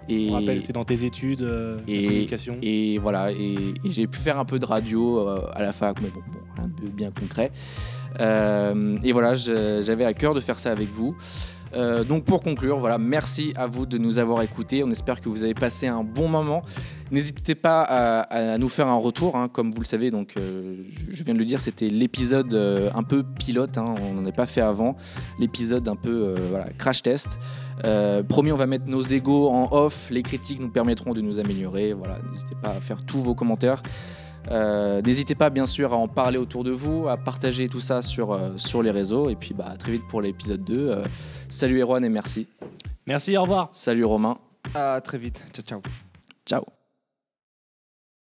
A: Et,
B: On rappelle, c'est dans tes études, euh, la
A: et-
B: communication.
A: et voilà, et, et j'ai pu faire un peu de radio euh, à la fac, mais bon, bon, rien de bien concret. Euh, et voilà, je- j'avais à cœur de faire ça avec vous. Euh, donc pour conclure, voilà, merci à vous de nous avoir écoutés. On espère que vous avez passé un bon moment. N'hésitez pas à, à nous faire un retour, hein, comme vous le savez. Donc euh, je je viens de le dire, c'était l'épisode euh, un peu pilote. hein, on n'en a pas fait avant. L'épisode un peu euh, voilà, crash test. Euh, promis, on va mettre nos égos en off. Les critiques nous permettront de nous améliorer. Voilà, n'hésitez pas à faire tous vos commentaires. Euh, n'hésitez pas, bien sûr, à en parler autour de vous, à partager tout ça sur, euh, sur les réseaux. Et puis, bah, à très vite pour l'épisode 2. Euh, salut Erwan et merci.
B: Merci, au revoir.
A: Salut Romain.
C: À très vite. Ciao, ciao.
A: Ciao.